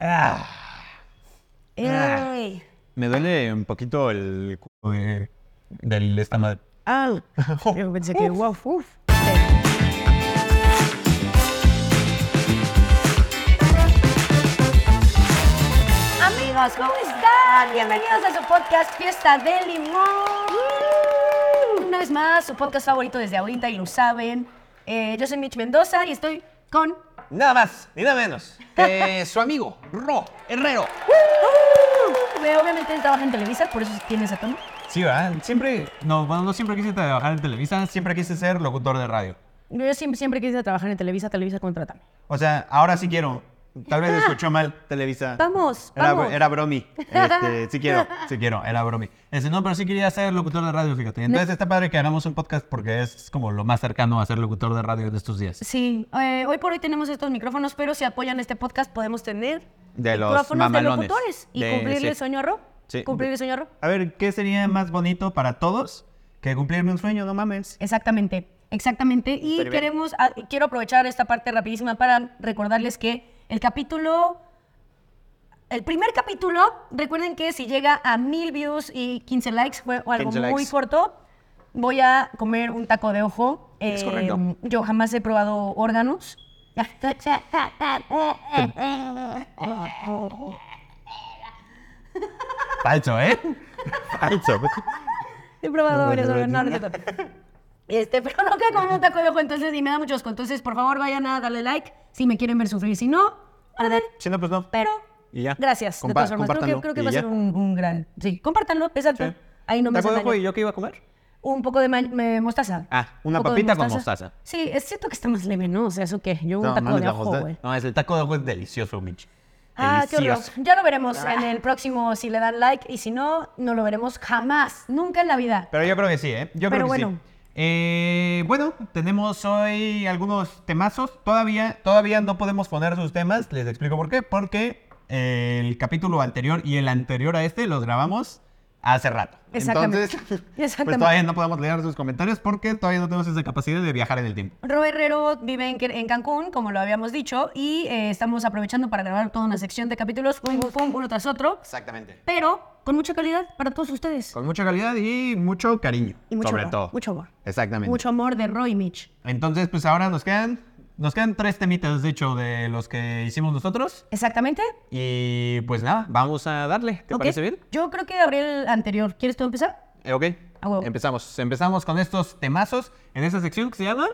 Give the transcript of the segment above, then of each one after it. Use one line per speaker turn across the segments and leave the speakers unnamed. Ah, Ah.
Ay.
me duele un poquito el culo de, del- de esta madre.
Ah,
Oh.
yo pensé que wow, uf.
Amigos, ¿cómo están? Bienvenidos a su podcast Fiesta de Limón. Una vez más, su podcast favorito desde ahorita y lo saben. Eh, yo soy Mitch Mendoza y estoy con...
Nada más, ni nada menos. que su amigo, Ro Herrero.
Eh, Obviamente él trabaja en Televisa, por eso tiene ese tono.
Sí, ¿verdad? Siempre, no, bueno, no siempre quise trabajar en Televisa, siempre quise ser locutor de radio.
Yo siempre, siempre quise trabajar en Televisa, Televisa contrátame.
O sea, ahora sí quiero. Tal vez escuchó mal Televisa.
Vamos,
Era,
vamos.
era bromi. Este, sí quiero, sí quiero, era bromi. Este, no, pero sí quería ser locutor de radio, fíjate. Entonces está padre que hagamos un podcast porque es como lo más cercano a ser locutor de radio de estos días.
Sí, eh, hoy por hoy tenemos estos micrófonos, pero si apoyan este podcast podemos tener
De los
micrófonos de
mamalones.
locutores y
De-
cumplirle el
sí.
sueño a Ro.
Sí.
Cumplirle el sueño a Ro.
A ver, ¿qué sería más bonito para todos que cumplirme un sueño? No mames.
Exactamente, exactamente. Y
Estaría bien.
queremos, ah, quiero aprovechar esta parte rapidísima para recordarles que el capítulo, el primer capítulo, recuerden que si llega a mil views y 15 likes, fue algo
15
muy
likes.
corto, voy a comer un taco de ojo.
Es
Eh,
correcto.
Yo jamás he probado órganos.
Falso, ¿eh? Falso.
He probado
No,
varios
no, no,
órganos. No, no es cierto. Este, pero nunca como un taco de ojo, entonces, ni me da mucho asco. Entonces, por favor, vayan a darle like si me quieren ver sufrir. Si no, arden.
Si no, pues no.
Pero,
Y ya.
gracias.
Compa-
de todas formas, creo que-
compártanlo
creo que, va a
y
ser
ya.
un, un gran. Sí, compártanlo, exacto. Ahí no me
¿Taco
hacen
de ojo
daño.
y yo qué iba a comer?
Un poco de ma- me- mostaza.
Ah, una
Un poco de
papita con mostaza.
Sí, es cierto que está más leve, ¿no? O sea, eso que yo un taco
mames,
de
la
ojo,
mostaza-
güey.
No, es el taco de ojo es delicioso, Mitch.
Ah, qué horror.
Delicioso.
Ya lo veremos en
Ah.
el próximo si le dan like y si no, no lo veremos jamás, nunca en la vida.
Pero yo creo que sí, ¿eh? Yo
Pero
creo que
bueno.
sí. Eh, bueno, tenemos hoy algunos temazos. Todavía, todavía no podemos poner sus temas. Les explico por qué. Porque el capítulo anterior y el anterior a este los grabamos hace rato.
Exactamente.
Entonces,
Exactamente.
pues todavía no podemos leer sus comentarios porque todavía no tenemos esa capacidad de viajar en el tiempo.
Ro Herrero vive en, Quer- en Cancún, como lo habíamos dicho, y eh, estamos aprovechando para grabar toda una sección de capítulos, pum, pum, pum, uno tras otro,
Exactamente.
pero con mucha calidad para todos ustedes.
Con mucha calidad y mucho cariño.
Y mucho
sobre
amor,
todo.
mucho amor.
Exactamente.
Mucho amor de Roy Mitch.
Entonces, pues ahora nos quedan, nos quedan tres temitas, de hecho, de los que hicimos nosotros.
¿Exactamente?
Y pues nada, vamos a darle. ¿Te
Ok.
parece bien?
Yo creo que abrí el anterior. ¿Quieres tú empezar?
Eh, ok,
A huevo.
empezamos. Empezamos con estos temazos en esta sección que se llama...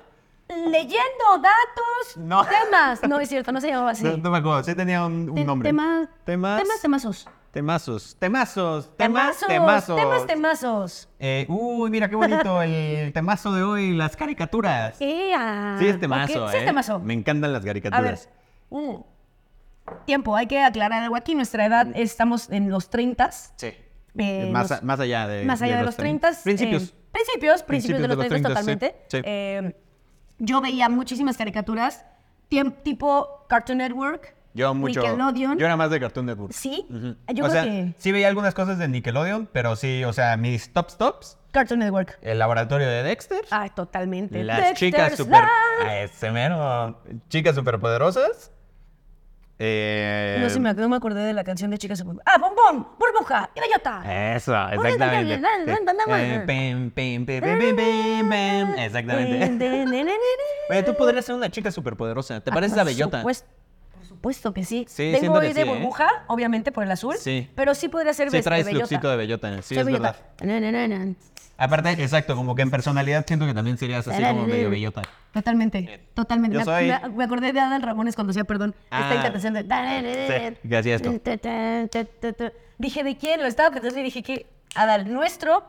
Leyendo datos,
No.
temas. No es cierto, no se llamaba así.
No, no me acuerdo, sí tenía un, un
Te-
nombre.
tema-
temas,
Temas, temazos.
temazos, temazos, temas, temazos.
Temazos, Temas, temazos.
Eh, uy, mira qué bonito el temazo de hoy, las caricaturas.
Ea.
Sí, es
Eh, ah, Ok,
temazo,
Sí,
¿eh?
es temazo.
Me encantan las
A ver.
caricaturas.
uh, tiempo, hay que aclarar algo aquí. Nuestra edad estamos en los 30.
Sí.
Mm. Eh, más, a- más allá de...
Eh, más allá de, los eh, 30.
trein- Principios.
principios, principios de los 30 totalmente.
sí, sí.
Eh, yo veía muchísimas caricaturas tiem- tipo Cartoon Network,
Yo mucho.
Nickelodeon.
Yo era más de Cartoon Network.
Sí,
Ujú.
Ah, yo
o
creo
sea,
que
sí veía algunas cosas de Nickelodeon, pero sí, o sea, mis top stops,
Cartoon Network.
el laboratorio de Dexter,
Ah, totalmente.
las
Dexter's
chicas super,
Lab.
a ese mero, chicas superpoderosas. Eh,
No, sé, me- no me acordé de la canción de Chicas Super. ¡Ah, bombón! ¡Burbuja! ¡Y bellota!
Eso,
dale,
exactamente.
dale,
Sí.
dale, dale, dale. Ah,
Eh, pim, pim, pim, pim, pim, pim, pim. Exactamente. Oye, tú podrías ser una chica superpoderosa. ¿Te pareces
Ah,
a Bellota?
Por supuesto, por supuesto que sí.
Sí,
Tengo
siento
hoy
que
de
sí, ¿eh?
burbuja, obviamente por el azul.
Sí.
Pero sí podría ser
Sí,
bes-
traes
bellota.
luxito de Bellota. Sí,
Soy
es
bellota.
verdad.
Na, na, na, na.
Aparte, exacto, como que en personalidad siento que también serías así como medio Bellota.
Totalmente, totalmente.
Eh, Yo
Me-
soy-
me, me acordé de Adal Ramones cuando hacía, perdón, esta
Ah,
interpretación de...
sí, que hacía esto.
Ta, ta, ta, ta, ta. Dije, ¿de quién? Lo estaba pensando y dije que Adal, nuestro,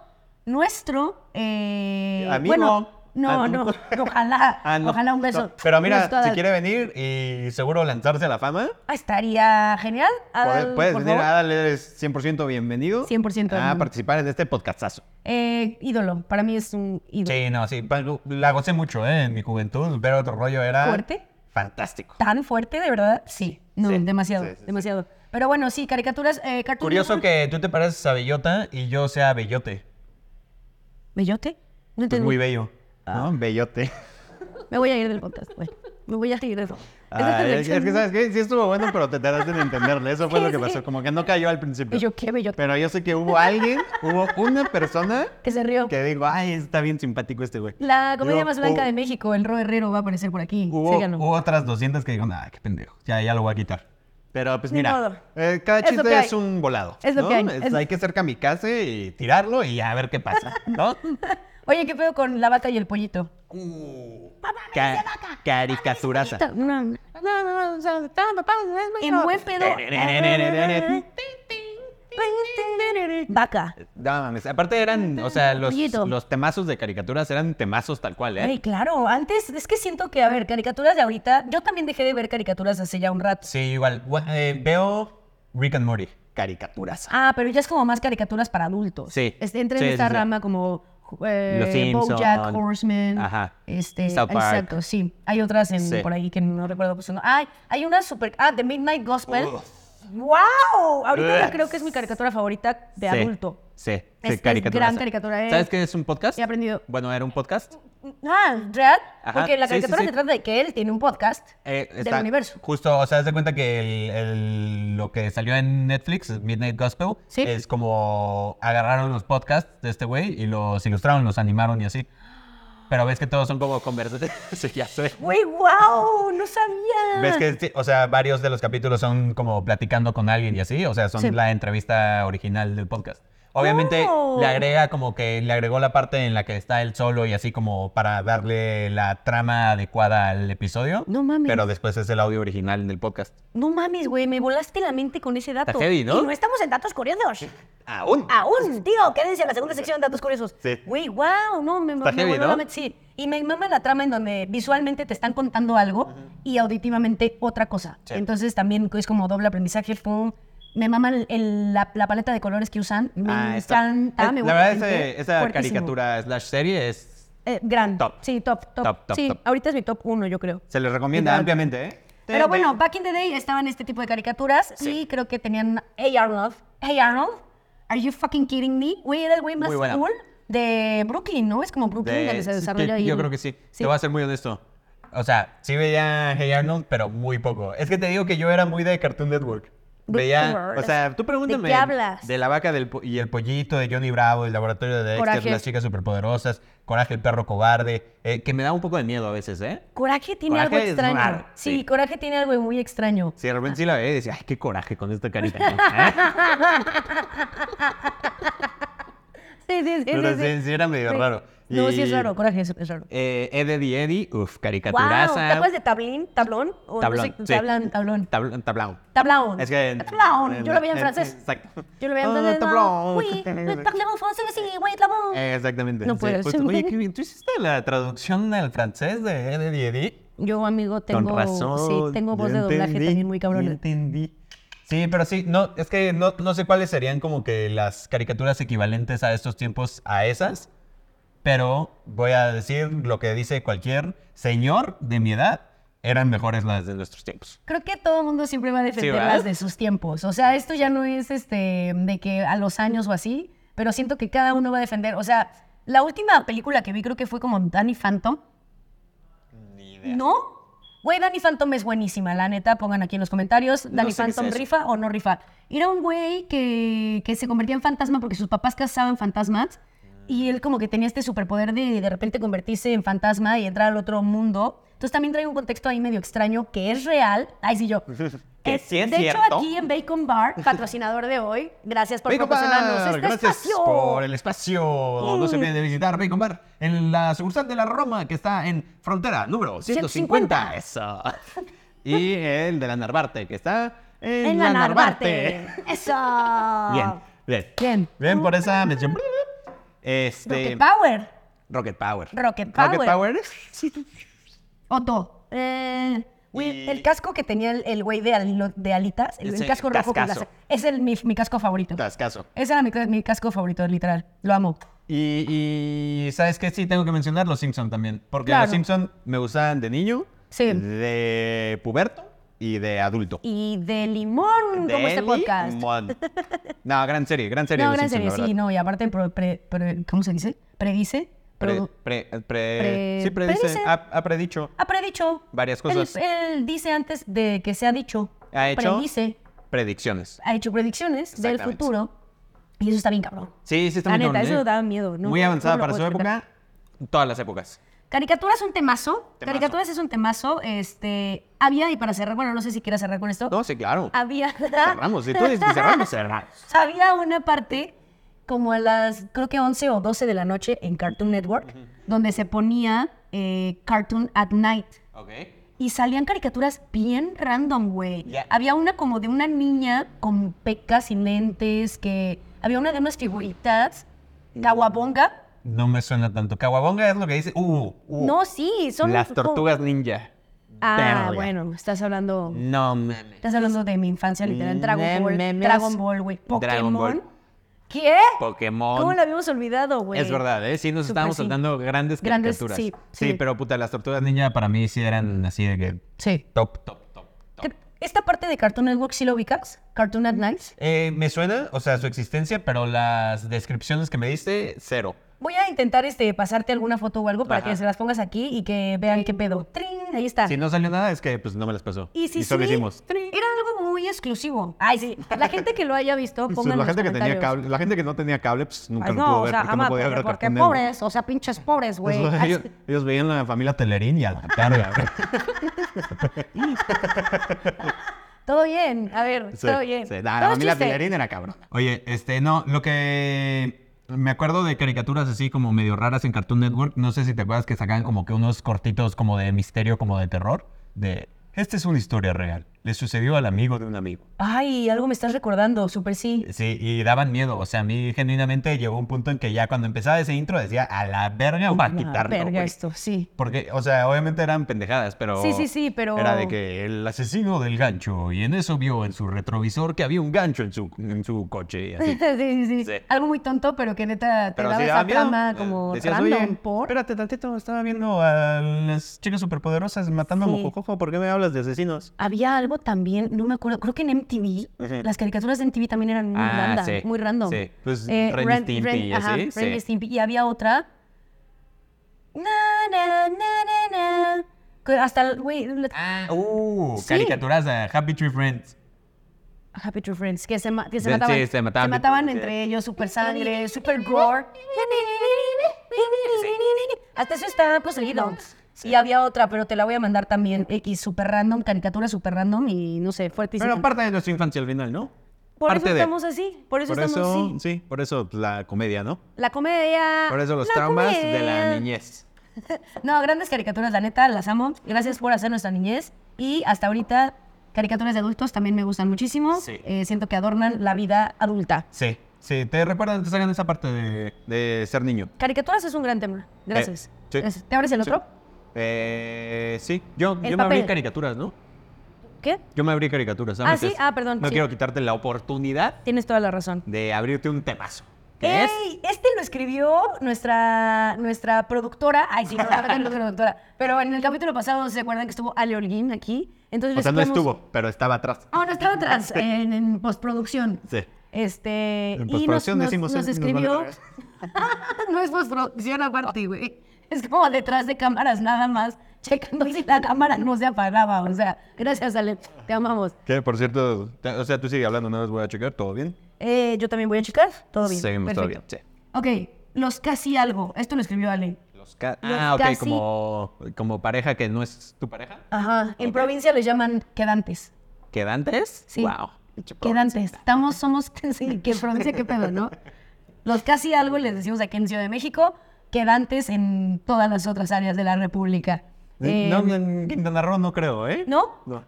nuestro... eh,
Amigo.
Bueno, no,
Ah,
no,
no.
ojalá,
Ah, no,
ojalá un beso.
no. Pero mira,
Nuestro Adal.
si quiere venir y seguro lanzarse a la fama,
Ah, estaría genial.
puedes,
Adal,
puedes
Ah, por
venir.
favor.
Adal, eres 100% bienvenido
100%
a
bienvenido.
participar en este podcastazo.
Eh, ídolo, para mí es un ídolo.
Sí, no, sí. pa- La gocé mucho, ¿eh? En mi juventud, ver otro rollo era.
¿Fuerte?
Fantástico.
Tan fuerte, de verdad. Sí, no,
Sí,
demasiado,
sí, sí, sí.
demasiado. Pero bueno, sí, caricaturas, eh, Cartoon
Curioso
Network.
que tú te pareces a Bellota y yo sea Bellote.
¿Bellote?
Es
No entiendo. Ah.
muy bello. ¿No? Bellote.
Me voy a ir del podcast, güey. Me voy a ir de eso.
Ay, es, es que, ¿sabes qué? Sí estuvo bueno, pero te tardaste en entenderle. Eso fue
Sí,
lo que
sí.
pasó. Como que no cayó al principio.
Y yo, qué bello.
Pero yo sé que hubo alguien, hubo una persona
Que se rió.
que dijo, ay, está bien simpático este güey.
La comedia
Yo, Uh.
más blanca
oh.
de México, el Ro Herrero, va a aparecer por aquí.
Hubo,
Sí, ganó.
hubo otras 200 que dijeron, ah, qué pendejo, ya, ya lo voy a quitar. Pero pues
Ni modo.
mira, eh, cada
Es lo
chiste
que hay.
es, un volado.
Es lo
¿no?
que hay.
Es-
Es-
Hay que ser kamikaze y tirarlo y a ver qué pasa, ¿no?
Oye, ¿qué pedo con la vaca y el pollito?
Ca- caricaturaza.
No, no, no, o sea, está- papá, no es muy-
En buen pedo. Vaca.
No mames, aparte eran, o sea, los,
Pollito.
los temazos de caricaturas eran temazos tal cual, ¿eh?
Ay, claro, antes es que siento que, a ver, caricaturas de ahorita, yo también dejé de ver caricaturas hace ya un rato.
Sí, igual. Gua- eh, veo Rick and Morty. Caricaturas.
Ah, pero ya es como más caricaturas para adultos.
Sí.
Este, entra
Sí,
en
sí,
esta
sí.
rama como
Los
eh,
Simpson.
BoJack Horseman.
Ajá.
Este,
South Park.
Exacto, sí. Hay otras en-
Sí.
por ahí que no recuerdo. Pues, no. Ay, hay una super... Ah, The Midnight Gospel. ¡Wow! Ahorita ya
Ugh.
creo que es mi caricatura favorita de
Sí,
adulto.
Sí, sí,
Es- es
caricaturaza.
gran caricatura, ¿eh?
¿Sabes qué es un podcast?
He aprendido.
Bueno, era un podcast.
Ah, Dread.
Ajá,
Porque la
sí, sí,
caricatura
sí.
se trata de que él tiene un podcast
Eh,
del
está-
universo.
Justo, o sea, haz de cuenta que el- el- lo que salió en Netflix, Midnight Gospel,
Sí.
es como agarraron los podcasts de este güey y los ilustraron, los animaron y así. Pero ves que todos son como conversaciones. sí, ya sé.
¡Güey, wow! ¡No sabía!
Ves que, sí, o sea, varios de los capítulos son como platicando con alguien y así, o sea, son
Sí.
la entrevista original del podcast. Obviamente
Oh.
le agrega como que le agregó la parte en la que está él solo y así como para darle la trama adecuada al episodio.
No mames.
Pero después es el audio original del podcast.
No mames, güey, me volaste la mente con ese dato.
Está heavy, ¿no?
Y no estamos en datos curiosos.
Aún.
Aún, tío, quédense en la segunda sección de datos curiosos.
Sí.
Güey, wow, no, me,
Está
me
heavy,
voló
¿no?
la mente. Sí. Y me mama la trama en donde visualmente te están contando algo y auditivamente otra cosa.
Sí.
Entonces también es como doble aprendizaje. Pum. Me mama el- el- la, la paleta de colores que usan. Me
Ah, está-
encanta.
es-
me
la
vuelve
verdad,
gente
ese- esa
fuertísimo.
caricatura slash serie es.
Eh, gran.
Top.
Sí, top, top.
Top, top,
sí,
top.
ahorita es mi top uno, yo creo.
Se les recomienda
Literal.
ampliamente, ¿eh?
Pero bueno, back in the day estaban este tipo de caricaturas y creo que tenían Hey Arnold. Hey Arnold, are you fucking kidding me? Güey, era el güey más
Muy buena.
cool de Brooklyn, ¿no? Es como Brooklyn
De-
donde se
sí,
desarrolla
que-
ahí.
Yo creo que sí.
Sí.
Te voy a ser muy honesto. O sea, sí veía Hey Arnold, pero muy poco. Es que te digo que yo era muy de Cartoon Network. Veía, o sea, tú pregúntame.
qué hablas?
de la vaca del po- y el pollito de Johnny Bravo, el laboratorio de Dexter,
Coraje.
las chicas superpoderosas, Coraje el perro cobarde, eh, que me da un poco de miedo a veces, ¿eh?
Coraje tiene
Coraje
algo
es
extraño.
raro,
sí.
sí.
Coraje tiene algo muy extraño.
Sí, de repente sí la veía y decía, ay, qué coraje con esta caricatura. ¿eh?
Sí, sí, sí.
Pero
sí, sí.
sí, sí era medio
Sí.
raro.
No, sí es
Y,
raro, Coraje es, es raro.
Eh, Eddie the Eddie, uff,
Wow, ¿te
caricaturaza.
acuerdas de Tablín? ¿Tablón? O
Tablón,
No
sí.
sé, Tablán, tablón.
Tabl- tablao.
Tablón.
Es que. en-
Tablón.
en-
Yo lo veía en
en-
francés.
Exacto.
Yo lo veía en
Ah,
francés.
tablón.
no. Uy, tablón francés, sí, güey, tablón.
Eh, Exactamente.
No
sí,
puede
justo.
ser.
Oye, qué bien. ¿Tú hiciste la traducción al francés de Eddie Eddie?
Yo, amigo, tengo.
Con razón.
Sí, tengo voz
ya
de doblaje
entendí,
también muy
ya
cabrona.
Entendí. Sí, pero sí, no, es que no, no sé cuáles serían como que las caricaturas equivalentes a estos tiempos a esas, pero voy a decir lo que dice cualquier señor de mi edad, eran mejores las de nuestros tiempos.
Creo que todo el mundo siempre va a defender
¿verdad?
las de sus tiempos. O sea, esto ya no es este de que a los años o así, pero siento que cada uno va a defender. O sea, la última película que vi creo que fue como Danny Phantom. Ni idea. ¿No? Güey, Danny Phantom es buenísima, la neta. Pongan aquí en los comentarios, Danny
sé qué es
Phantom
eso.
rifa o no rifa. Era un güey que, que se convertía en fantasma porque sus papás cazaban fantasmas y él como que tenía este superpoder de de repente convertirse en fantasma y entrar al otro mundo. Entonces también trae un contexto ahí medio extraño que es real. Ay, sí, yo.
Que sí es
de hecho,
cierto.
aquí en Bacon Bar, patrocinador de hoy, gracias por
Bacon
proporcionarnos
Bar,
este
gracias
espacio.
por el espacio. No se olviden de visitar Bacon Bar en la sucursal de la Roma que está en frontera número 150.
150.
Eso. Y el de la Narvarte que está en,
En la Narvarte. Eso.
Bien, bien.
Bien. Uh.
Bien por esa mención. Este
Rocket Power.
Rocket Power.
Rocket
Rocket
Power.
Power.
Otto. Eh, güey, El casco que tenía el- el güey de, al- de alitas, el, el
Ese
casco rojo con
cascazo.
las- es el, mi, mi casco favorito.
Cascazo.
Ese era mi, ca- mi casco favorito, literal. Lo amo.
Y, y, sabes qué? sí tengo que mencionar los Simpson también, porque
Claro.
los Simpson me usaban de niño,
Sí.
de puberto y de adulto.
Y de limón, como este
Deli
podcast.
Mon. No, gran serie, gran serie.
No,
Los
gran
Simpson,
serie,
la
sí,
verdad.
no, y aparte, pro- pre- pre- ¿cómo se dice? Predice
Pre,
produ-
pre, pre-
Pre-
sí, predice.
predice.
Ha, ha predicho.
ha predicho.
Varias
Él-
cosas.
Él, dice antes de que se ha dicho.
¿Ha hecho?
Predice,
Predicciones.
ha hecho predicciones del
Exactamente.
futuro. Y eso está bien cabrón.
Sí, sí, está
La
muy
neta,
cabrón,
eso
¿eh?
daba miedo. ¿no?
Muy avanzada
No lo
para su
puedo explicar.
época.
Todas las épocas.
Caricaturas es un temazo.
Temazo.
Caricaturas es un temazo. Este, había, y para cerrar, bueno, no sé si quieras cerrar con esto.
No, sí, claro.
Ah,
Había.
Cerramos. Si tú dices que cerramos, cerramos.
Había una parte como a las, creo que 11 o 12 de la noche en Cartoon Network, donde se ponía eh, Cartoon at Night.
Ok.
Y salían caricaturas bien random, güey.
Ya.
Había una como de una niña con pecas y lentes, que había una de unas figuritas, Kawabonga.
No me suena tanto. Caguabonga es lo que dice. Uh, uh.
No, sí, son...
Oh. Las tortugas ninja.
Ah,
Verga.
bueno, estás hablando.
No mames.
Estás hablando de mi infancia, literal. Dragon
Mm, Me-
Ball,
me- me
Dragon
has-
Ball, güey.
Dragon
Pokémon.
Ball.
¿Qué?
Pokémon.
¿Cómo lo habíamos olvidado, güey?
Es verdad, ¿eh? Sí, nos
Súper
estábamos
sí.
saltando grandes,
Grandes,
caricaturas.
sí,
sí,
sí.
pero puta, las tortugas ninja.
Niña, para mí sí eran así de que
Sí.
top, top, top.
Cre- Esta parte de Cartoon Network sí lo ubicas. Cartoon at Night.
Eh, me suena, o sea, su existencia, pero las descripciones que me diste,
Cero.
Voy a intentar este, pasarte alguna foto o algo para
Ajá.
que se las pongas aquí y que vean qué pedo. ¡Trin! Ahí está.
Si no salió nada, es que pues no me las pasó.
Ah. Y si
solo
sí,
hicimos.
era algo muy exclusivo. Ay, sí. La gente que lo haya visto,
Pues,
pongan
la gente que tenía
comentarios.
cable, la gente que no tenía cable, pues nunca
Pues
lo pudo
no, o
ver
sea,
porque
jamás,
no podía
porque,
ver
porque
Cartoon Network.
pobres, o sea, pinches pobres, güey.
Pues,
Ay,
ellos, ellos veían la familia Telerín y a la verga.
Todo bien, a ver,
Sí,
todo bien.
sí, nah, la
Todo
familia
chiste.
Telerín era cabrón.
Oye, este, no, lo que me acuerdo de caricaturas así como medio raras en Cartoon Network, no sé si te acuerdas que sacaban como que unos cortitos como de misterio, como de terror, de, esta es una historia real, le sucedió al amigo de un amigo.
Ay, algo me estás recordando, súper sí.
Sí, y daban miedo, o sea, a mí genuinamente llegó un punto en que ya cuando empezaba ese intro decía, a la verga
Ah,
voy a quitarlo.
Verga
güey".
esto, sí.
Porque, o sea, obviamente eran
Pendejadas, pero.
Sí, sí, sí, pero-
Era de que el asesino del gancho. Y en eso vio en su retrovisor que había un gancho en su, en su coche. Y
Sí,
así.
sí, sí.
Sí.
Algo muy tonto, pero que neta te daba esa trama
eh,
como random por...
Espérate tantito, estaba viendo a las chicas superpoderosas matando
Sí.
a Mojojojo, ¿por qué me hablas de asesinos?
Había algo también, no me acuerdo, creo que en MTV,
Ujú.
las caricaturas de MTV también eran muy,
Ah,
random,
sí,
muy random. Eh,
sí. Pues, Ren y
Ren-
Stimpy
Ren-
y
ajá,
así,
Ren y
sí.
Stimpy. Y había otra. Na, na, na, na, na. Que Hasta, güey, la-
Ah, uh,
Sí.
caricaturas de Happy Tree Friends.
Happy True Friends, que se, ma- que se
Sí,
mataban.
sí, se mataban.
entre ellos, super sangre, super gore. Hasta eso está poseído. Y había otra, pero te la voy a mandar también. X, super random, caricatura super random y no sé, fuertísima.
Pero parte de nuestra infancia al final, ¿no?
por eso
parte de-
estamos así. Por eso
Por
estamos así.
eso, sí, por eso pues, la comedia, ¿no?
La comedia.
Por eso los
la
traumas de
comedia.
la niñez.
No, grandes caricaturas, la neta, las amo. Gracias por hacer nuestra niñez. Y hasta ahorita, caricaturas de adultos también me gustan muchísimo.
Sí.
Eh, siento que adornan la vida adulta.
Sí, sí, te recuerdan, te sacan esa parte de...
De ser niño.
Caricaturas es un gran tema. Gracias.
Eh, sí.
Gracias. ¿Te abres el otro?
Eh, sí, yo,
El
yo me abrí
papel.
caricaturas, ¿no?
¿Qué?
Yo me abrí caricaturas.
Ah,
antes.
sí, ah, perdón,
No
sí.
quiero quitarte la oportunidad
Tienes toda la razón.
de abrirte un temazo. ¿Qué es?
¡Ey! Este lo escribió nuestra, nuestra productora. Ay, sí, no, la verdad no es productora. Pero en el capítulo pasado, ¿se acuerdan que estuvo Ale Holguín aquí? Entonces,
O sea,
les
no
podemos-
estuvo, pero estaba atrás.
Ah, no, estaba atrás, en, en postproducción.
Sí.
Este.
En
Eh, y nos,
postproducción
nos-
decimos,
nos
"Eh, nos vale
escribió.
verga".
no es postproducción aparte, güey. Es como detrás de cámaras, nada más, checando si la cámara no se apagaba. O sea, gracias, Ale. Te amamos.
Que, por cierto, te- o sea, tú sigue hablando, no vez voy a checar, ¿todo bien?
Eh, yo también voy a checar. Todo bien.
Seguimos, todo bien,
Perfecto.
sí.
Ok, los casi algo. Esto lo escribió Ale.
Los ca-
Los
ah, ok,
casi-
como, como pareja que no es tu pareja.
Ajá. En provincia les llaman quedantes.
¿Quedantes?
Sí.
Wow.
Quedantes. Estamos, somos. Sí, que provincia, qué pedo, ¿no? Los casi algo les decimos aquí en Ciudad de México, quedantes en todas las otras áreas de la República. Eh,
No, en Quintana Roo no creo, ¿eh?
¿no?
No.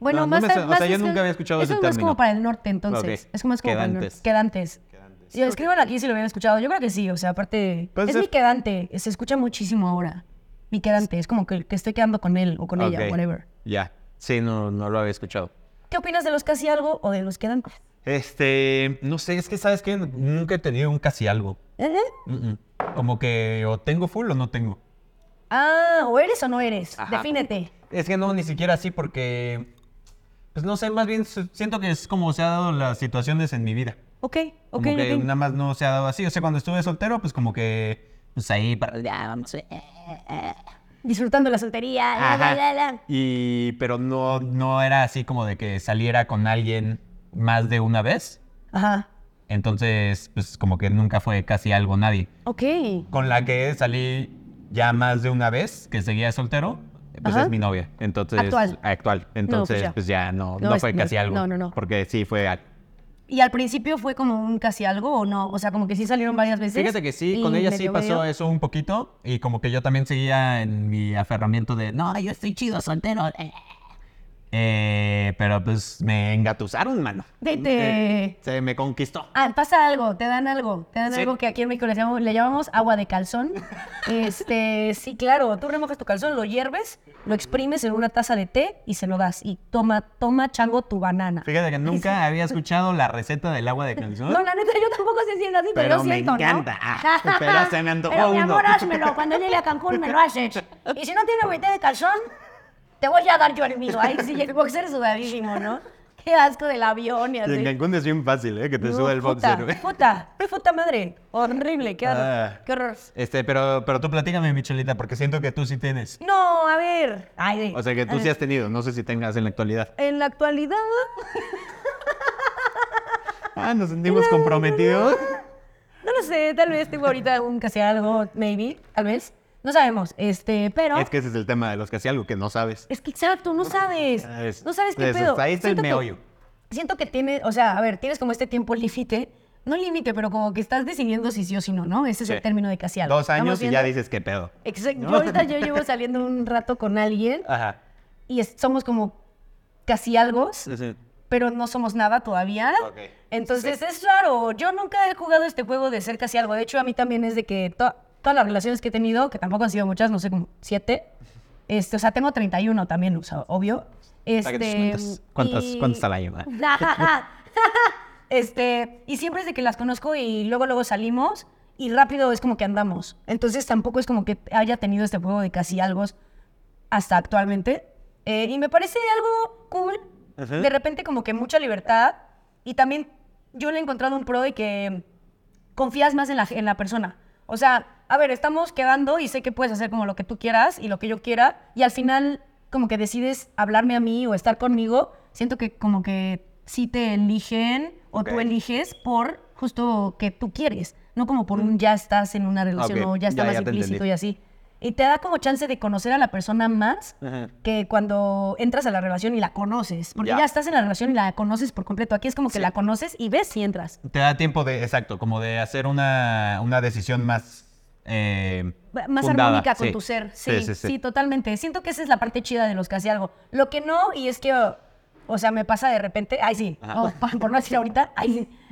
Bueno,
No, no
más,
me
al-
suena- o
más
sea, yo
es
nunca
que-
había escuchado
eso
ese
es más como
término.
para el norte, entonces.
Ok.
Es como es como para el norte. Quedantes.
Quedantes.
Sí, escríbanlo aquí si lo hubieran escuchado. Yo creo que sí, o sea, aparte.
Puede
es
ser.
mi quedante, se escucha muchísimo ahora. Mi quedante, es como que, que estoy quedando con él o con ella,
Ok,
whatever.
Ya. Sí, no, no lo había escuchado.
¿Qué opinas de los casi algo o de los quedantes?
Este, no sé, es que sabes que nunca he tenido un casi algo.
¿Eh?
Mm, mm. Como que o tengo full o no tengo.
Ah, o eres o no eres.
Ajá.
Defínete.
Es que no, ni siquiera así porque, pues no sé, más bien s- siento que es como se han dado las situaciones en mi vida.
Ok, ok,
Como que
ok.
nada más no se ha dado así. O sea, cuando estuve soltero, pues como que pues, pues ahí para... ya, vamos. eh.
Disfrutando la soltería. la, la, la, la.
Ajá. Y, pero no, no era así como de que saliera con alguien más de una vez.
Ajá.
Entonces, pues como que nunca fue casi algo nadie.
Ok.
Con la que salí ya más de una vez, que seguía soltero, pues
Ajá.
es mi novia. Entonces,
Actual.
actual. Entonces,
ya.
pues, ya no,
No,
no,
es-
fue
no
casi
es-
algo.
no, no, no.
Porque sí fue... a-
¿Y al principio fue como un casi algo o no? O sea, como que sí salieron varias veces.
Fíjate que sí,
y
con ella sí
medio,
pasó
medio.
eso un poquito y como que yo también seguía en mi aferramiento de, no, yo estoy chido, soltero. eh". Eh, pero pues me engatusaron, mano.
Te- te-
Eh, se me conquistó.
Ah, pasa algo, te dan algo, te dan
Sí.
algo que aquí en México le llamamos, le llamamos agua de calzón. Este, sí, claro, tú remojas tu calzón, lo hierves, lo exprimes en una taza de té y se lo das. Y toma, toma chango tu banana.
Fíjate que nunca había escuchado la receta del agua de calzón.
No, la neta, yo tampoco sé si es así, pero,
Pero
yo
me
siento, ¿no?
encanta. Ah, pero se me antojó
Pero, mi
uno.
amor, házmelo. Cuando llegue a Cancún me lo haces. Y si no tiene agüita de calzón, te voy a dar yo el mío. Ahí sí, el boxer sudadísimo, ¿no? Qué asco del avión y
Y en
así.
Cancún es bien fácil, ¿eh? Que te
No,
suba el
puta,
boxer, güey.
Puta, puta madre. Horrible, qué horror.
Ah.
Qué horror.
Este, pero, pero tú platícame, Michelita, porque siento que tú sí tienes.
No, a ver. Ay, güey.
O sea, que tú sí has tenido, no sé si tengas en la actualidad.
En la actualidad,
Ah, nos sentimos comprometidos.
no lo sé, tal vez tengo ahorita un casi algo, maybe, tal vez. No sabemos, este, pero...
Es que ese es el tema de los que hacía algo que no sabes.
Es que exacto, no sabes.
Ah, es-
No sabes qué
eso,
pedo.
ahí está el
Siento que-
meollo.
siento que tienes, o sea, a ver, tienes como este tiempo límite. No límite, pero como que estás decidiendo si sí o si no, ¿no? Ese es el
Sí.
término de casi algo.
Dos años y ya
dices.
dices qué pedo.
Yo ahorita yo llevo saliendo un rato con alguien
Ajá.
y es- somos como casi algo,
sí.
pero no somos nada todavía.
Ok.
Entonces es raro. Yo nunca he jugado este juego de ser casi algo. De hecho, a mí también es de que to- todas las relaciones que he tenido, que tampoco han sido muchas, no sé, como siete. Este, o sea, tengo 31 también, o sea, obvio.
Saca
Este,
tus cuentas. ¿Cuántas,
y-
¿Cuántas al año?
este, y siempre es de que las conozco y luego, luego salimos y rápido es como que andamos. Entonces tampoco es como que haya tenido este juego de casi algo hasta actualmente. Eh, y me parece algo cool.
Ajá.
De repente como que mucha libertad. Y también yo le he encontrado un pro de que confías más en la, en la persona. O sea, a ver, estamos quedando y sé que puedes hacer como lo que tú quieras y lo que yo quiera. Y al final como que decides hablarme a mí o estar conmigo. Siento que como que sí te eligen o tú
Ok.
eliges por justo que tú quieres. No como por un ya estás en una relación
Mm. Ok,
o ya está
ya-
más
ya te
implícito
entendí.
y así. Y te da como chance de conocer a la persona más
Ajá.
que cuando entras a la relación y la conoces. Porque
Ya.
ya estás en la relación y la conoces por completo. Aquí es como que la conoces y ves si entras.
Te da tiempo de, exacto, como de hacer una, una decisión más... eh,
B- Más
Fundada,
armónica con
sí.
tu ser. Sí
Sí,
sí,
sí, sí.
totalmente. Siento que esa es la parte chida de los casi algo. Lo que no, y es que, oh, o sea, me pasa de repente, ay sí,
Ajá.
oh, pa- por no decir ahorita, ay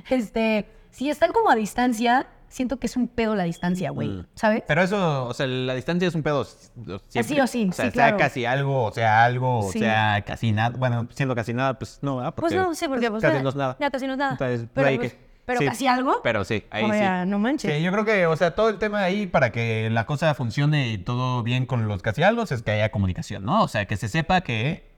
sí, este, si están como a distancia, siento que es un pedo la distancia, güey,
Mm.
¿sabes?
Pero eso, o sea, la distancia es un pedo. s- o- siempre.
Ah, Sí o sí,
O sea,
sí,
sea
claro.
casi algo, o sea, algo, o
Sí.
sea, casi nada. Bueno, siendo casi nada, pues no, ¿verdad?
pues
Porque
no sé por qué. Pues,
casi
nada,
no es nada.
nada, casi no es nada.
Entonces,
Pero,
ahí
pues,
que-
pero
sí.
casi algo.
Pero sí, ahí
o sea,
sí.
no manches.
Sí, yo creo que, o sea, todo el tema ahí para que la cosa funcione y todo bien con los casi algo es que haya comunicación, ¿no? O sea, que se sepa que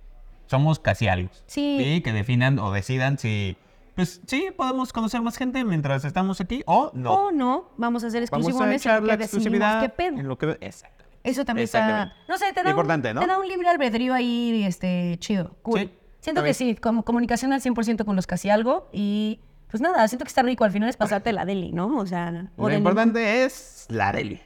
somos casi algo.
Sí.
Que definan o decidan si, pues sí, podemos conocer más gente mientras estamos aquí o no.
O no, vamos a ser
Vamos a
exclusivones
echar
en lo
la
que decidimos
exclusividad
qué pedo.
en lo que... Exacto.
Eso también está,
Exactamente.
no sé, te da,
Importante,
un,
¿no?
te da un libre albedrío ahí, este, chido, cool.
Sí,
siento
está
que
bien.
sí, como comunicación al 100% con los casi algo y, pues nada, siento que está rico, al final es pasarte la deli, ¿no? O sea, o
Lo
deli.
importante es la Deli.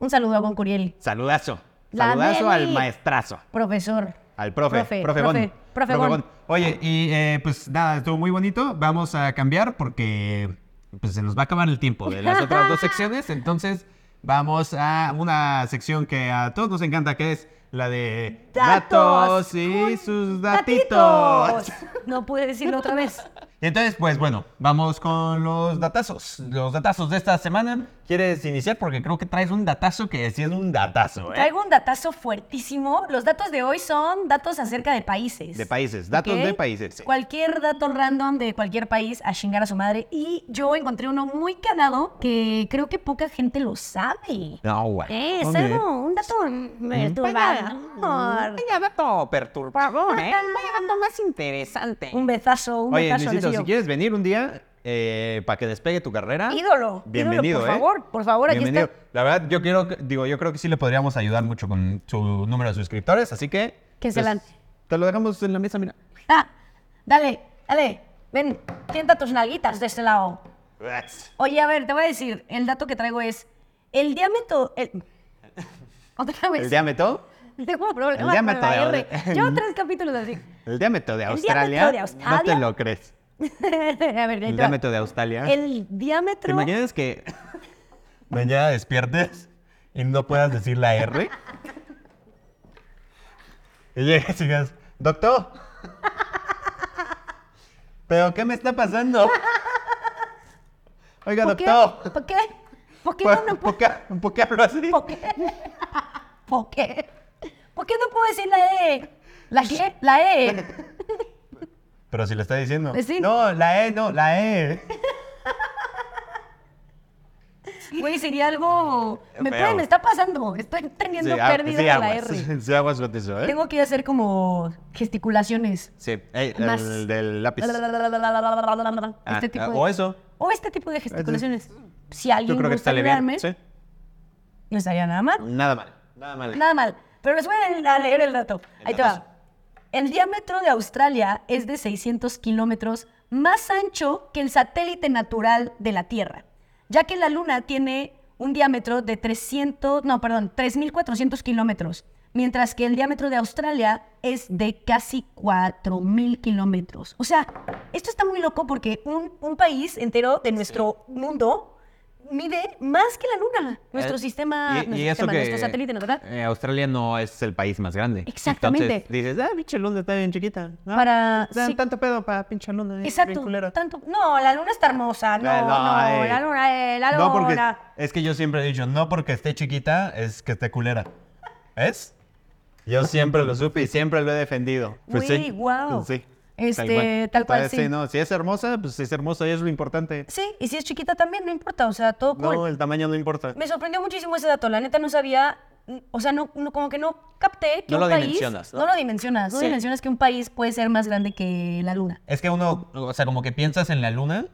un saludo a Gon Curiel,
Saludazo.
La
Saludazo al
Deli.
maestrazo.
profesor.
Al profe.
Profe,
Profe,
profe,
Gon.
profe Gon.
Oye, y eh, pues nada, estuvo muy bonito. Vamos a cambiar porque pues se nos va a acabar el tiempo de las otras dos secciones. Entonces vamos a una sección que a todos nos encanta, que es la de
Datos
datos y sus
¡Gatitos!
datitos.
No pude decirlo otra vez.
Entonces, pues bueno, vamos con los datazos. Los datazos de esta semana. ¿Quieres iniciar? Porque creo que traes un datazo que sí es un datazo, ¿eh?
Traigo un datazo fuertísimo. Los datos de hoy son datos acerca de países.
De países. Datos
¿ok?
de países. sí.
Cualquier dato random de cualquier país a chingar a su madre. Y yo encontré uno muy cagado que creo que poca gente lo sabe.
No, güey.
Eh, es
Ok.
algo, un dato
Mm,
perturbador.
Vaya dato perturbador, ¿eh? Vaya dato más interesante.
Un bezazo, un
Oye,
bezazo.
Luisito,
les
si
digo.
quieres venir un día,
para eh, que despegue tu carrera.
Ídolo,
Bienvenido,
ídolo, por
¿eh?
favor, por favor, aquí
Bienvenido.
está.
La verdad, yo quiero, que- digo, yo creo que sí le podríamos ayudar mucho con su número de suscriptores, así que. pues,
Que se lan-
Te lo dejamos en la mesa, mira.
Ah, dale, dale. Ven, sienta tus nalguitas de este lado. Oye, a ver, te voy a decir, el dato que traigo es el diámetro. El... Otra vez.
El diámetro.
Tengo problemas
el
con
diámetro
la
de-
R. Llevo tres capítulos así.
El diámetro de
El
Australia.
diámetro de
No te
Australia.
lo crees.
a ver, ahí
El
te va.
diámetro de Australia.
El diámetro.
¿Te imaginas que mañana despiertes y no puedas decir la R? y llegas y digas, doctor, ¿pero qué me está pasando? Oiga,
¿Por qué?
doctor,
¿Por qué? ¿Por qué
¿por,
no, no puedo?
por qué, por qué hablo así?
¿Por qué? ¿Por qué? ¿Por qué no puedo decir la E? ¿La qué? La E.
Pero si le está diciendo.
Pues sí.
No, la E, no, la E.
Güey, sería algo. Me,
Feo.
puede- me está pasando. Estoy teniendo
ah,
pérdida de la
aguas.
R.
Sí, aguas con eso, ¿eh?
Tengo que hacer como gesticulaciones.
Sí, eh,
Más.
el del lápiz. Ah,
Este tipo
ah,
de-
O eso.
O este tipo de gesticulaciones. Si alguien
Yo creo que
gusta
está bien.
ayudarme,
Sí.
no estaría nada mal.
Nada mal. Nada mal.
Nada mal. Pero les voy a leer el dato.
El
Ahí te
datazo.
va. El diámetro de Australia es de 600 kilómetros más ancho que el satélite natural de la Tierra, ya que la Luna tiene un diámetro de 300, no, perdón, 3.400 kilómetros, mientras que el diámetro de Australia es de casi 4.000 kilómetros. O sea, esto está muy loco porque un, un país entero de nuestro mundo mide más que la Luna, nuestro
Eh,
sistema,
y-
nuestro,
y eso
sistema,
que,
nuestro satélite natural.
eh, Australia no es el país más grande.
Exactamente.
Entonces, dices, ah, pinche luna está bien chiquita. ¿no?
Para-
Dan
sí.
Tanto pedo para pinche luna. eh, bien
Exacto.
culera.
Tanto, no, la luna está hermosa. No,
Eh,
no,
eh.
la luna, eh, la luna.
No, porque es que yo siempre he dicho, no porque esté chiquita, es que esté culera. ¿Es? Yo siempre lo supe y siempre lo he defendido. Pues
Güey, guau.
Sí.
Este, tal cual,
Tal-
sí.
no, si es hermosa, pues es hermosa y es lo importante.
Sí, y si es chiquita también, no importa, o sea, todo cool.
No, el tamaño no importa.
Me sorprendió muchísimo ese dato, la neta no sabía, mm, o sea, no, no- como que no capté
No
que un
lo
país...
dimensionas, ¿no?
lo dimensionas, no
Sí.
dimensionas que un país puede ser más grande que la luna.
Es que uno, o sea, como que piensas en la luna